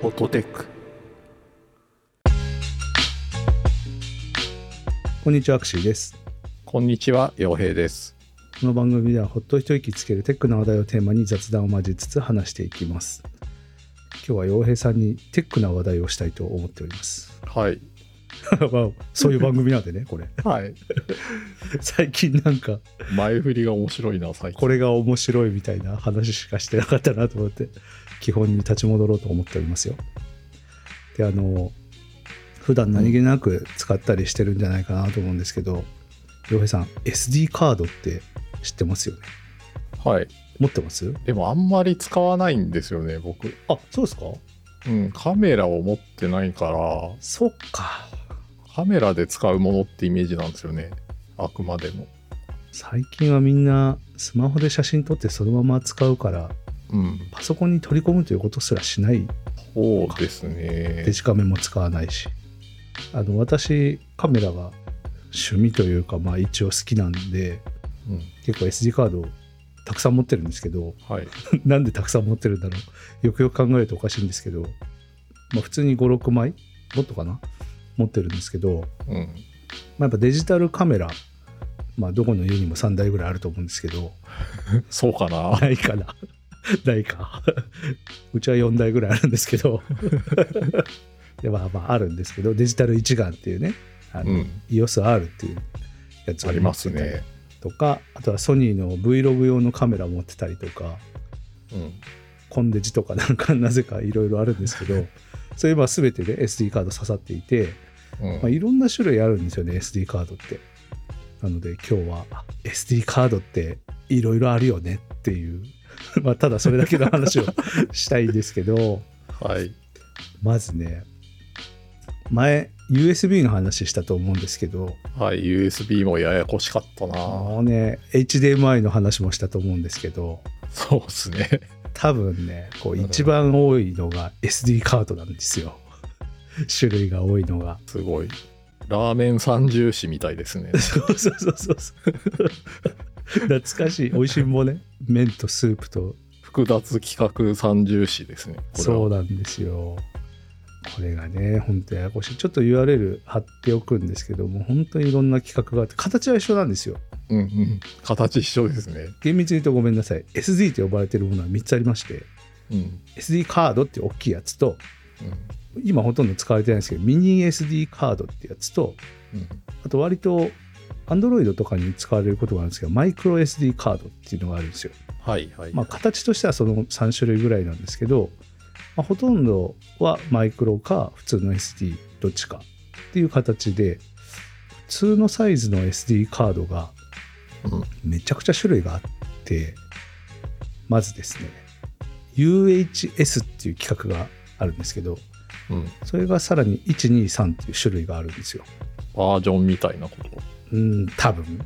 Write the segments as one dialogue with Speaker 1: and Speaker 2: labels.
Speaker 1: フォトテック
Speaker 2: こんにちは、アクシーです。
Speaker 1: こんにちは洋平です
Speaker 2: この番組ではほっと一息つけるテックな話題をテーマに雑談を交えつつ話していきます。今日は洋平さんにテックな話題をしたいと思っております。
Speaker 1: はい
Speaker 2: まあそういう番組なんでね、これ。
Speaker 1: はい
Speaker 2: 最近なんか、
Speaker 1: 前振りが面白いな最近
Speaker 2: これが面白いみたいな話しかしてなかったなと思って、基本に立ち戻ろうと思っておりますよ。で、あの、普段何気なく使ったりしてるんじゃないかなと思うんですけど、洋平さん、SD カードって知ってますよね
Speaker 1: はい
Speaker 2: 持ってます
Speaker 1: でもあんまり使わないんですよね僕
Speaker 2: あ、そうですか
Speaker 1: うんカメラを持ってないから
Speaker 2: そっか。
Speaker 1: カメラで使うものってイメージなんですよねあくまでも
Speaker 2: 最近はみんなスマホで写真撮ってそのまま使うから
Speaker 1: うん
Speaker 2: パソコンに取り込むということすらしない
Speaker 1: そうですね
Speaker 2: デジカメも使わないしあの私カメラが趣味というかまあ一応好きなんで
Speaker 1: うん
Speaker 2: 結構 SD カードをたくさん持ってるんですけど
Speaker 1: はい
Speaker 2: なんでたくさん持ってるんだろうよくよく考えるとおかしいんですけど、まあ、普通に56枚もっとかな持ってるんですけど、
Speaker 1: うん
Speaker 2: まあ、やっぱデジタルカメラ、まあ、どこの家にも3台ぐらいあると思うんですけど
Speaker 1: そうかな
Speaker 2: ないかな。ないか。うちは4台ぐらいあるんですけ ど。でまあまああるんですけど、デジタル一眼っていうね、あ
Speaker 1: う
Speaker 2: の
Speaker 1: ん
Speaker 2: EOSR っていうやつを
Speaker 1: あり
Speaker 2: 持
Speaker 1: ま
Speaker 2: っ
Speaker 1: す
Speaker 2: てたり
Speaker 1: ね
Speaker 2: とか、あとはソニーの Vlog 用のカメラ持ってたりとか、
Speaker 1: うん
Speaker 2: コンデジとかなんかなぜかいろいろあるんですけど、そういえば全てで SD カード刺さっていて、
Speaker 1: うん
Speaker 2: まあ、いろんな種類あるんですよね SD カードってなので今日はあ SD カードっていろいろあるよねっていう まあただそれだけの話をしたいんですけど
Speaker 1: はい
Speaker 2: まずね前 USB の話したと思うんですけど
Speaker 1: はい USB もややこしかったな
Speaker 2: もうね HDMI の話もしたと思うんですけど
Speaker 1: そうですね
Speaker 2: 多分ねこう
Speaker 1: うん
Speaker 2: 一番多いのが SD カードなんですよ 種類が多いのが
Speaker 1: すごい。ラーメン三重視みたいですね。
Speaker 2: そうそうそうそうそう。懐かしい。美味しんぼね。麺とスープと。
Speaker 1: 複雑企画三重視ですね。
Speaker 2: そう
Speaker 1: う。
Speaker 2: なんですよ。これがね、ほんとややこしい。ちょっと URL 貼っておくんですけども、本当にいろんな企画があって、形は一緒なんですよ。
Speaker 1: うんうん。形一緒ですね。
Speaker 2: 厳密に言うとごめんなさい。SD と呼ばれてるものは3つありまして、
Speaker 1: うん。
Speaker 2: SD カードっていう大きいやつと、
Speaker 1: う
Speaker 2: 今ほとんど使われてないんですけど、ミニ SD カードってやつと、
Speaker 1: ん。うん。
Speaker 2: あと割と Android とかに使われることがあるんですけど、マイクロ SD カードっていうのがあるんですよ。
Speaker 1: はいはい。
Speaker 2: まあ、形としてはその3種類ぐらいなんですけど、まあ、ほとんどはマイクロか普通の SD どっちかっていう形で普通のサイズの SD カードが
Speaker 1: うん
Speaker 2: めちゃくちゃ種類があってまずですね UHS っていう規格があるんですけど
Speaker 1: うん。
Speaker 2: それがさらに123っていう種類があるんですよ。
Speaker 1: バージョンみたいな こと。
Speaker 2: うん多分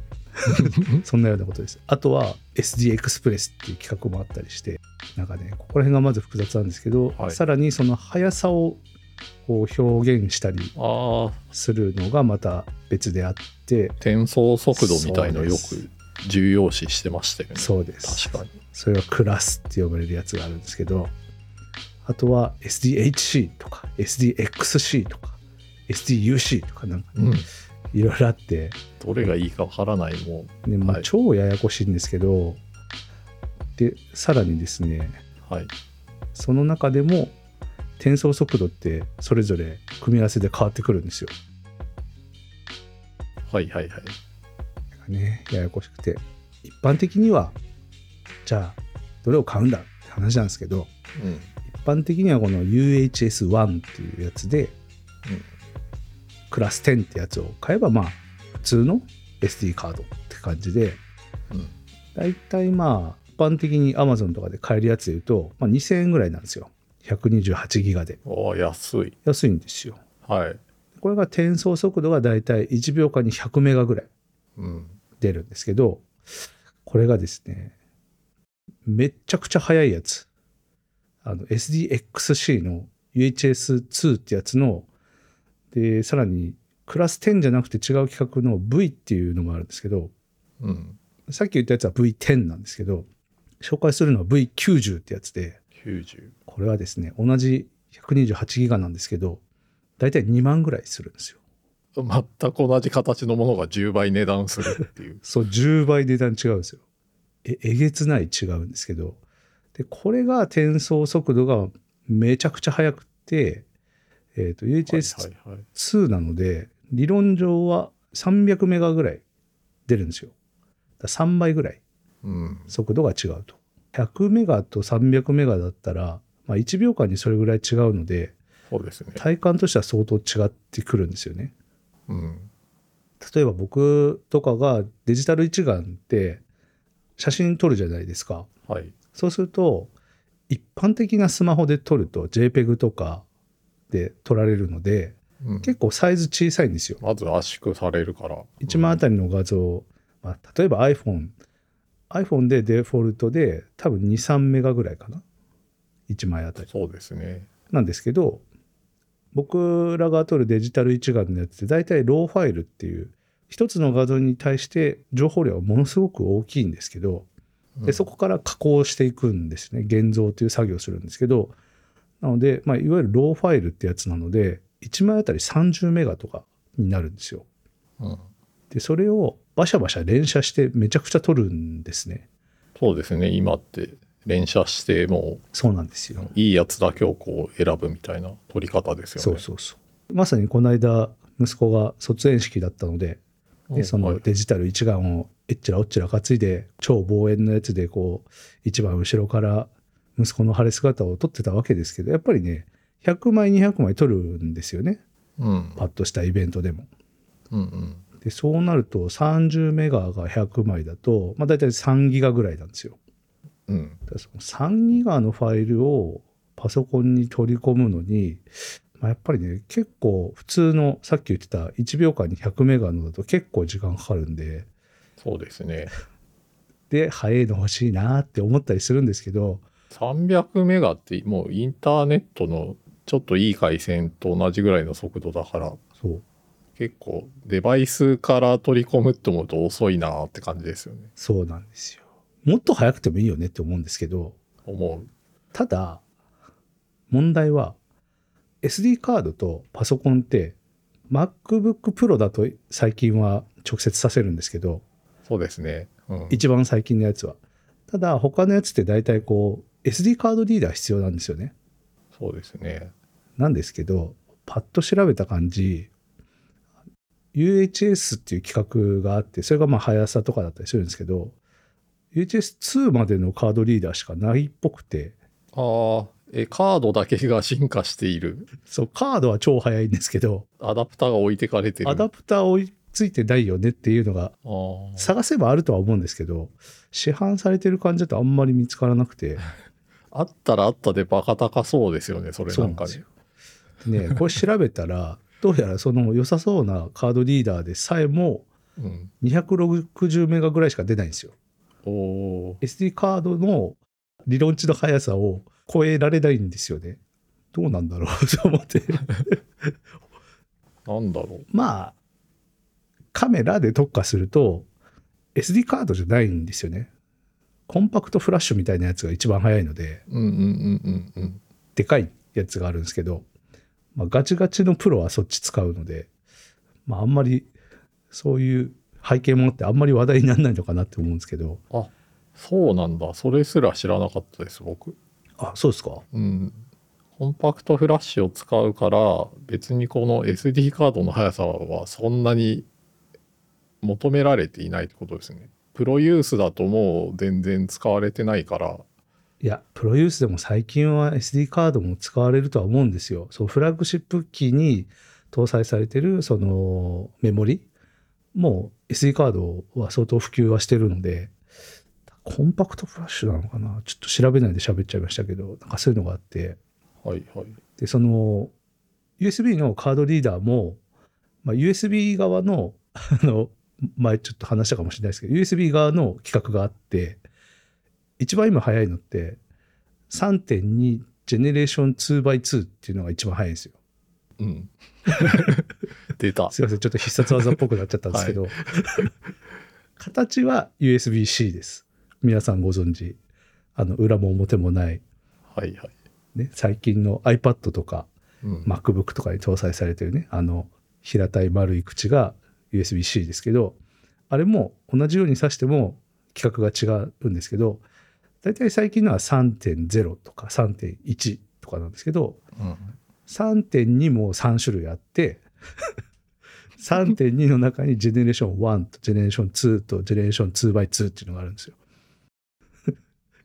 Speaker 2: そんなようなことですあとは SD エクスプレスっていう企画もあったりしてなんかねここら辺がまず複雑なんですけど、
Speaker 1: はい
Speaker 2: さらにその速さをこう表現したり
Speaker 1: ああ、
Speaker 2: するのがまた別であって
Speaker 1: 転送速度みたいのよ
Speaker 2: そう
Speaker 1: く重要視してましたよね。
Speaker 2: そうです
Speaker 1: 確か
Speaker 2: それはクラスって呼ばれるやつがあるんですけどあとは SDHC とか SDXC とか SDUC とかなんか
Speaker 1: に。うん。
Speaker 2: いろいろあって
Speaker 1: どれがいいかわからないも
Speaker 2: ねも
Speaker 1: は
Speaker 2: う
Speaker 1: い
Speaker 2: 超ややこしいんですけど、でさらにですね
Speaker 1: ん。はい。
Speaker 2: その中でも転送速度ってそれぞれ組み合わせで変わってくるんですよ。
Speaker 1: はいはいはい。
Speaker 2: ね、ややこしくて一般的にはじゃあどれを買うんだって話なんですけど
Speaker 1: うん。
Speaker 2: 一般的にはこの UHS1 っていうやつ
Speaker 1: う
Speaker 2: で、
Speaker 1: ん
Speaker 2: クラス10ってやつを買えばまあ普通の SD カードって感じで
Speaker 1: うん。
Speaker 2: だいたいまあ一般的に Amazon とかで買えるやつで言うと、まあ、2000円ぐらいなんですよ128ギガで
Speaker 1: おー安い。
Speaker 2: 安いんですよ
Speaker 1: はい。
Speaker 2: これが転送速度がだいたい1秒間に100メガぐらい
Speaker 1: うん。
Speaker 2: 出るんですけど、これがですね、めっちゃくちゃ速いやつ。あの SDXC の UHS2 ってやつの、で、さらにクラス10じゃなくて違う規格の V っていうのもあるんですけど、
Speaker 1: うん。
Speaker 2: さっき言ったやつは V10 なんですけど、紹介するのは V90 ってやつで、
Speaker 1: 90。
Speaker 2: これはですね、同じ128ギガなんですけど、だいたい2万ぐらいするんですよ。
Speaker 1: 全く同じ形のものが10倍値段するって いう。
Speaker 2: そう、10倍値段違うんですよ。え、えげつない違うんですけど。で、これが転送速度がめちゃくちゃ速くて、えっ、と、UHS
Speaker 1: はいはいはい、
Speaker 2: 2なので、理論上は300メガぐらい出るんですよ。だから3倍ぐらい
Speaker 1: うん。
Speaker 2: 速度が違うと。100メガと300メガだったら、まあ、1秒間にそれぐらい違うので、
Speaker 1: そうですね。
Speaker 2: 体感としては相当違ってくるんですよね。
Speaker 1: うん。
Speaker 2: 例えば僕とかがデジタル一眼って写真撮るじゃないですか。
Speaker 1: はい。
Speaker 2: そうすると、一般的なスマホで撮ると JPEG とかで撮られるので、
Speaker 1: うん、
Speaker 2: 結構サイズ小さいんですよ。
Speaker 1: まず圧縮されるから。
Speaker 2: 1万あたりの画像、まあ、例えば iPhone。iPhone でデフォルトで多分2、3メガぐらいかな。1枚あたり。
Speaker 1: そうですね。
Speaker 2: なんですけど、僕らが撮るデジタル一眼のやつって大体ローファイルっていう、一つの画像に対して情報量がものすごく大きいんですけど、
Speaker 1: う
Speaker 2: で
Speaker 1: ん
Speaker 2: そこから加工していくんですね。現像という作業をするんですけど、なので、まあ、いわゆるローファイルってやつなので、1枚あたり30メガとかになるんですよ。
Speaker 1: うん
Speaker 2: で、それをバシャバシャ連写してめちゃくちゃ撮るんですね。
Speaker 1: そうですね。今って連写しても
Speaker 2: そうなんですよ。
Speaker 1: ういいやつだけをこう選ぶみたいな撮り方ですよね。
Speaker 2: そうそうそう。まさにこの間、息子が卒園式だったので、
Speaker 1: う
Speaker 2: で
Speaker 1: ん
Speaker 2: そ
Speaker 1: は
Speaker 2: の
Speaker 1: い
Speaker 2: デジタル一眼をえっちらおっちら担いで超望遠のやつでこう一番後ろから息子の晴れ姿を撮ってたわけですけどやっぱりね100枚200枚撮るんですよね
Speaker 1: うん
Speaker 2: パッとしたイベントでも。
Speaker 1: うんうん
Speaker 2: でそうなると30メガが100枚だと、まあ、大体3ギガぐらいなんですよ。
Speaker 1: うん
Speaker 2: だからその3ギガのファイルをパソコンに取り込むのに、まあ、やっぱりね結構普通のさっき言ってた1秒間に100メガのだと結構時間かかるんで。
Speaker 1: そうですね。
Speaker 2: で早いの欲しいなって思ったりするんですけど
Speaker 1: 300メガってもうインターネットのちょっといい回線と同じぐらいの速度だから
Speaker 2: そう
Speaker 1: 結構デバイスから取り込むって思うと遅いなって感じですよね。
Speaker 2: そうなんですよもっと早くてもいいよねって思うんですけど
Speaker 1: 思
Speaker 2: ただ問題は SD カードとパソコンって MacBook Pro だと最近は直接させるんですけど
Speaker 1: う。そうですね。うん、
Speaker 2: 一番最近のやつはただ他のやつって大体こう SD カードリーダー必要なんですよね
Speaker 1: そうですね。
Speaker 2: なんですけど、パッと調べた感じ、UHS っていう企画があって、それがまあ速さとかだったりするんですけど、UHS2 までのカードリーダーしかないっぽくて、
Speaker 1: ああ、え、カードだけが進化している。
Speaker 2: そう、カードは超速いんですけど、
Speaker 1: アダプターが置いてかれてる。
Speaker 2: アダプター追いついてないよねっていうのが、
Speaker 1: あー
Speaker 2: 探せばあるとは思うんですけど、市販されてる感じだとあんまり見つからなくて、
Speaker 1: あったらあったでバカ高そうですよね、それ
Speaker 2: そ
Speaker 1: な
Speaker 2: うなん
Speaker 1: んか
Speaker 2: で
Speaker 1: ね
Speaker 2: すよ。ね、これ調べたら、どうやらその良さそうなカードリーダーでさえも
Speaker 1: うん、
Speaker 2: 260メガぐらいしか出ないんですよ。
Speaker 1: おお
Speaker 2: SD カードの理論値の速さを超えられないんですよね。どうなんだろう と思って。
Speaker 1: ー、なんだろう。
Speaker 2: まあ、カメラで特化すると、SD カードじゃないんですよね。コンパクトフラッシュみたいなやつが一番速いので、
Speaker 1: うんうんうんうんうん。
Speaker 2: でかいやつがあるんですけど、まあ、ガチガチのプロはそっち使うので、まあ、あんまり、そういう背景もあって、あんまり話題にならないのかなって思うんですけど、
Speaker 1: あそうなんだ。それすら知らなかったです、僕。
Speaker 2: あ、そうですか。
Speaker 1: うん。コンパクトフラッシュを使うから、別にこの SD カードの速さはそんなに求められていないってことですね。プロユースだともう全然使われてないから、
Speaker 2: いや、プロユースでも最近は SD カードも使われるとは思うんですよ。そう、フラッグシップ機に搭載されてる、その、メモリもう SD カードは相当普及はしてるので、コンパクトフラッシュなのかなちょっと調べないで喋っちゃいましたけど、なんかそういうのがあって、
Speaker 1: はいはい。
Speaker 2: で、その、USB のカードリーダーも、まあ、USB 側の、あの、前ちょっと話したかもしれないですけど、USB 側の規格があって、一番今早いのって、3.2ジェネレーション 2x2 っていうのが一番早いんですよ。
Speaker 1: うん。 出た。
Speaker 2: すいません、ちょっと必殺技っぽくなっちゃったんですけど、形は USB-C です。皆さんご存知。あの、裏も表もない。
Speaker 1: はいはい。
Speaker 2: ね、最近の iPad とか
Speaker 1: うん。
Speaker 2: MacBook とかに搭載されてるねあの平たい丸い口が USB-C ですけどあれも同じように挿しても規格が違うんですけど大体最近のは3.0とか3.1とかなんですけど
Speaker 1: うん
Speaker 2: 3.2も3種類あって3.2の中にジェネレーション1とジェネレーション2とジェネレーション 2x2 っていうのがあるんですよ。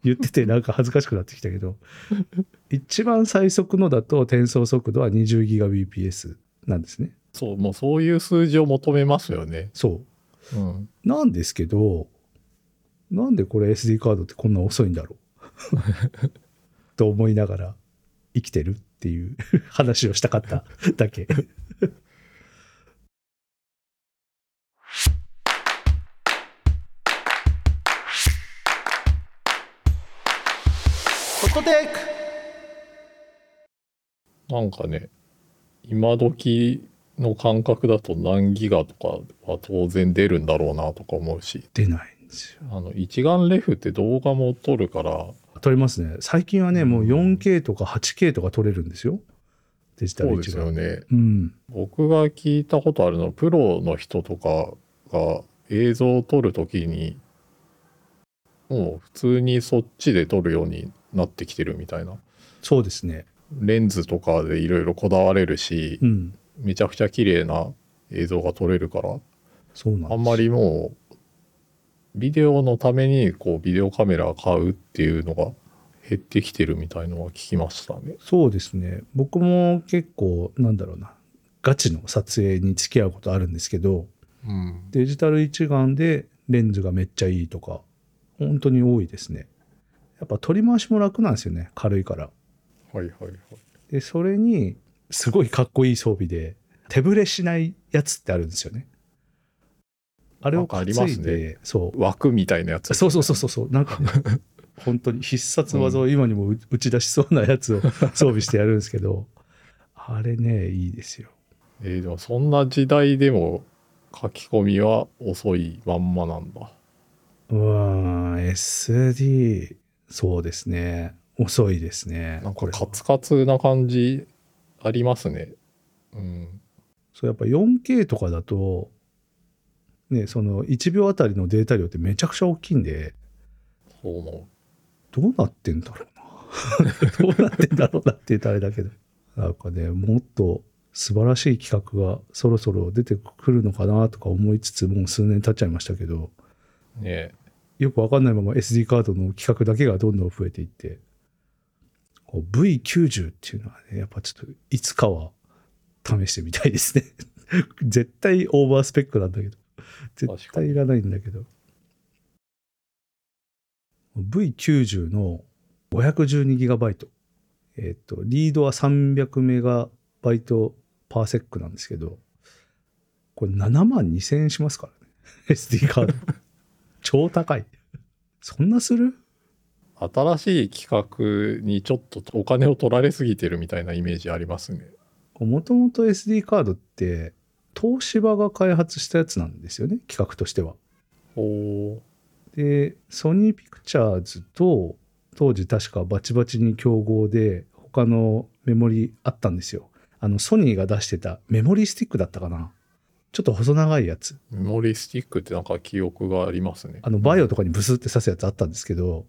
Speaker 2: 言っててなんか恥ずかしくなってきたけど 一番最速のだと転送速度は 20Gbps なんですね。
Speaker 1: そう、もうそういう数字を求めますよね。
Speaker 2: そう
Speaker 1: うん。
Speaker 2: なんですけど、なんでこれ SD カードってこんな遅いんだろうと思いながら生きてるっていう 話をしたかっただけ。
Speaker 3: ホットテイク
Speaker 1: なんかね、今時の感覚だと何ギガとかは当然出るんだろうなとか思うし、
Speaker 2: 出ないんですよ。
Speaker 1: あの、一眼レフって動画も撮るから、
Speaker 2: 撮れますね。最近はね、もう
Speaker 1: うん
Speaker 2: 4K とか 8K とか撮れるんですよ。デジタ
Speaker 1: そ
Speaker 2: ル
Speaker 1: うで
Speaker 2: 一
Speaker 1: す
Speaker 2: 眼。
Speaker 1: よね。
Speaker 2: うん。
Speaker 1: 僕が聞いたことあるのはプロの人とかが映像を撮るときにもう普通にそっちで撮るようになってきてるみたいな
Speaker 2: そうですね。
Speaker 1: レンズとかでいろいろこだわれるし
Speaker 2: うん。
Speaker 1: めちゃくちゃ綺麗な映像が撮れるから
Speaker 2: そうなんです
Speaker 1: あんまりもうビデオのためにこうビデオカメラを買うっていうのが減ってきてるみたいのは聞きましたね。
Speaker 2: そうですね。僕も結構、なんだろうな。ガチの撮影に付き合うことあるんですけど、
Speaker 1: うん、
Speaker 2: デジタル一眼でレンズがめっちゃいいとか、本当に多いですね。やっぱ取り回しも楽なんですよね。軽いから。
Speaker 1: はいはいはい。
Speaker 2: で、それに、すごいかっこいい装備で、手ぶれしないやつってあるんですよね。あれを担いで、
Speaker 1: なんかありますね
Speaker 2: そう、
Speaker 1: 枠みたいなやつ。
Speaker 2: そうそうそうそうそうな んかね本当に必殺技を今にもう打ち出しそうなやつを 装備してやるんですけどあれねいいですよ
Speaker 1: えーでもそんな時代でも書き込みは遅いまんまなんだ。
Speaker 2: うーん SD そうですね遅いですね
Speaker 1: なんか
Speaker 2: これ
Speaker 1: カツカツな感じありますね。うん。
Speaker 2: そうやっぱ 4K とかだとねその1秒あたりのデータ量ってめちゃくちゃ大きいんで
Speaker 1: そう思
Speaker 2: どうなってんだろうな どうなってんだろうなって言ったらあれだけどなんかねもっと素晴らしい企画がそろそろ出てくるのかなとか思いつつもう数年経っちゃいましたけど
Speaker 1: う。ねえ
Speaker 2: よくわかんないまま SD カードの企画だけがどんどん増えていってこう V90 っていうのはねやっぱちょっといつかは試してみたいですね 絶対オーバースペックなんだけど絶対いらないんだけど V90 の 512GB えっ、とリードは 300MB パーセックなんですけどこれ7万2000円しますからね SD カード超高い。そんなする
Speaker 1: 新しい企画にちょっとお金を取られすぎてるみたいなイメージありますね。
Speaker 2: もともと SD カードって東芝が開発したやつなんですよね、企画としては。
Speaker 1: ほ
Speaker 2: で、ソニーピクチャーズと当時確かバチバチに競合で他のメモリあったんですよ。あのソニーが出してたメモリスティックだったかな。ちょっと細長いやつ。
Speaker 1: う。メモリースティックってなんか記憶がありますね。
Speaker 2: あのバイオとかにブスって刺すやつあったんですけど、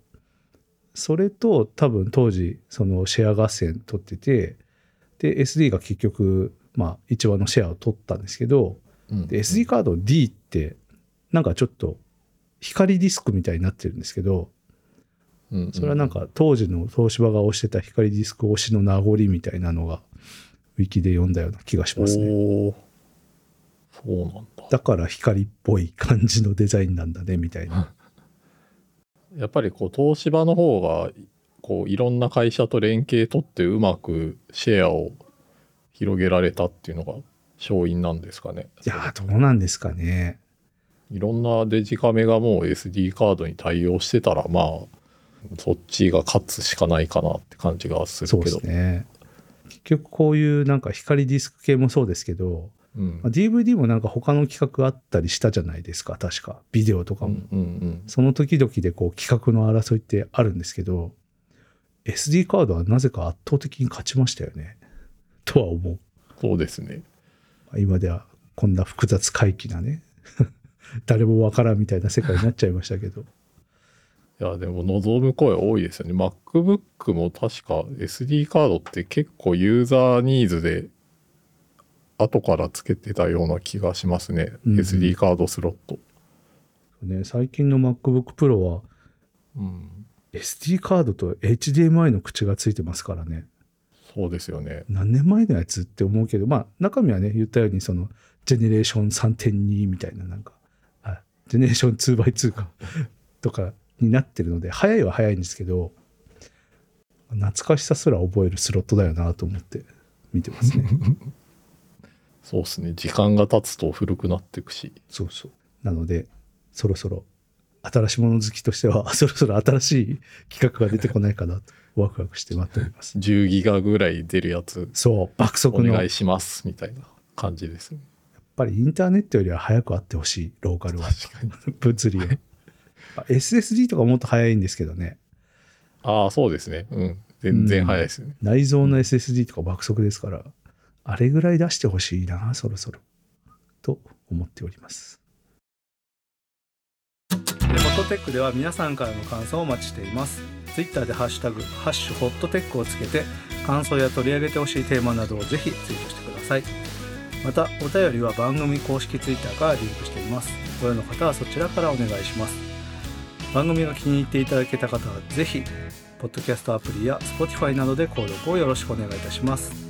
Speaker 2: それと多分当時そのシェア合戦取っててで SD が結局まあ一番のシェアを取ったんですけど
Speaker 1: うん、
Speaker 2: で SD カード D ってなんかちょっと光ディスクみたいになってるんですけど
Speaker 1: うん、
Speaker 2: それはなん
Speaker 1: か。
Speaker 2: か当時の東芝が推してた光ディスク推しの名残みたいなのがウィキで読んだような気がし
Speaker 1: お
Speaker 2: ますね
Speaker 1: お。そうなんだ。
Speaker 2: だから光っぽい感じのデザインなんだねみ たいな
Speaker 1: やっぱりこう東芝の方がこういろんな会社と連携取ってうまくシェアを広げられたっていうのが勝因なんですかね。
Speaker 2: いやーどうなんですかね
Speaker 1: いろんなデジカメがもう SD カードに対応してたらまあそっちが勝つしかないかなって感じがするけど。
Speaker 2: そうですね結局こういうなんか光ディスク系もそうですけど、
Speaker 1: うん
Speaker 2: まあ DVD もなんか他の企画あったりしたじゃないですか確かビデオとか
Speaker 1: う
Speaker 2: も、
Speaker 1: んうんうん
Speaker 2: その時々でこう企画の争いってあるんですけど SD カードはなぜか圧倒的に勝ちましたよね。とは思う。
Speaker 1: そうですね。
Speaker 2: まあ今ではこんな複雑回帰なね、 誰もわからんみたいな世界になっちゃいましたけど。
Speaker 1: いや、でも望む声多いですよね。MacBook も確か SD カードって結構ユーザーニーズで後からつけてたような気がしますね。
Speaker 2: うんうん
Speaker 1: SD カードスロット。
Speaker 2: ね、最近の MacBook Pro は
Speaker 1: うん。
Speaker 2: SD カードと HDMI の口がついてますからね。
Speaker 1: そうですよね。
Speaker 2: 何年前のやつって思うけど、まあ中身はね、言ったようにその、ジェネレーション3.2みたいななんか、あジェネレーション 2x2 か、 とかになってるので、早いは早いんですけど、懐かしさすら覚えるスロットだよなと思って見てますね。
Speaker 1: そうですね。時間が経つと古くなってくし。
Speaker 2: そうそう。なので、そろそろ、新しいもの好きとしては、 そろそろ新しい企画が出てこないかなと、ワクワクして待っております。
Speaker 1: 10ギガぐらい出るやつ
Speaker 2: そう、爆
Speaker 1: お
Speaker 2: 速の、
Speaker 1: 願
Speaker 2: や
Speaker 1: い
Speaker 2: っ
Speaker 1: しますみたいな感じですね。
Speaker 2: ぱりインターネットよりは早くあってほしい、ローカ ルは、
Speaker 1: 確かに。
Speaker 2: 物理は。まあ SSD とかもっと早いんですけどね、
Speaker 1: ああ、そうですね。うん。全然早いですよね。
Speaker 2: 内蔵の SSD とか爆速ですから、あれぐらい出してほしいな、そろそろ、と思っております。でホットテックでは皆さんからの感想をお待ちしています。ツイッターでハッシュタグ、ハッシュホットテックをつけて、感想や取り上げてほしいテーマなどをぜひツイートしてください。また、お便りは番組公式ツイッターからリンクしています。ご用の方はそちらからお願いします。番組が気に入っていただけた方はぜひ、ポッドキャストアプリや Spotify などで購読をよろしくお願いいたします。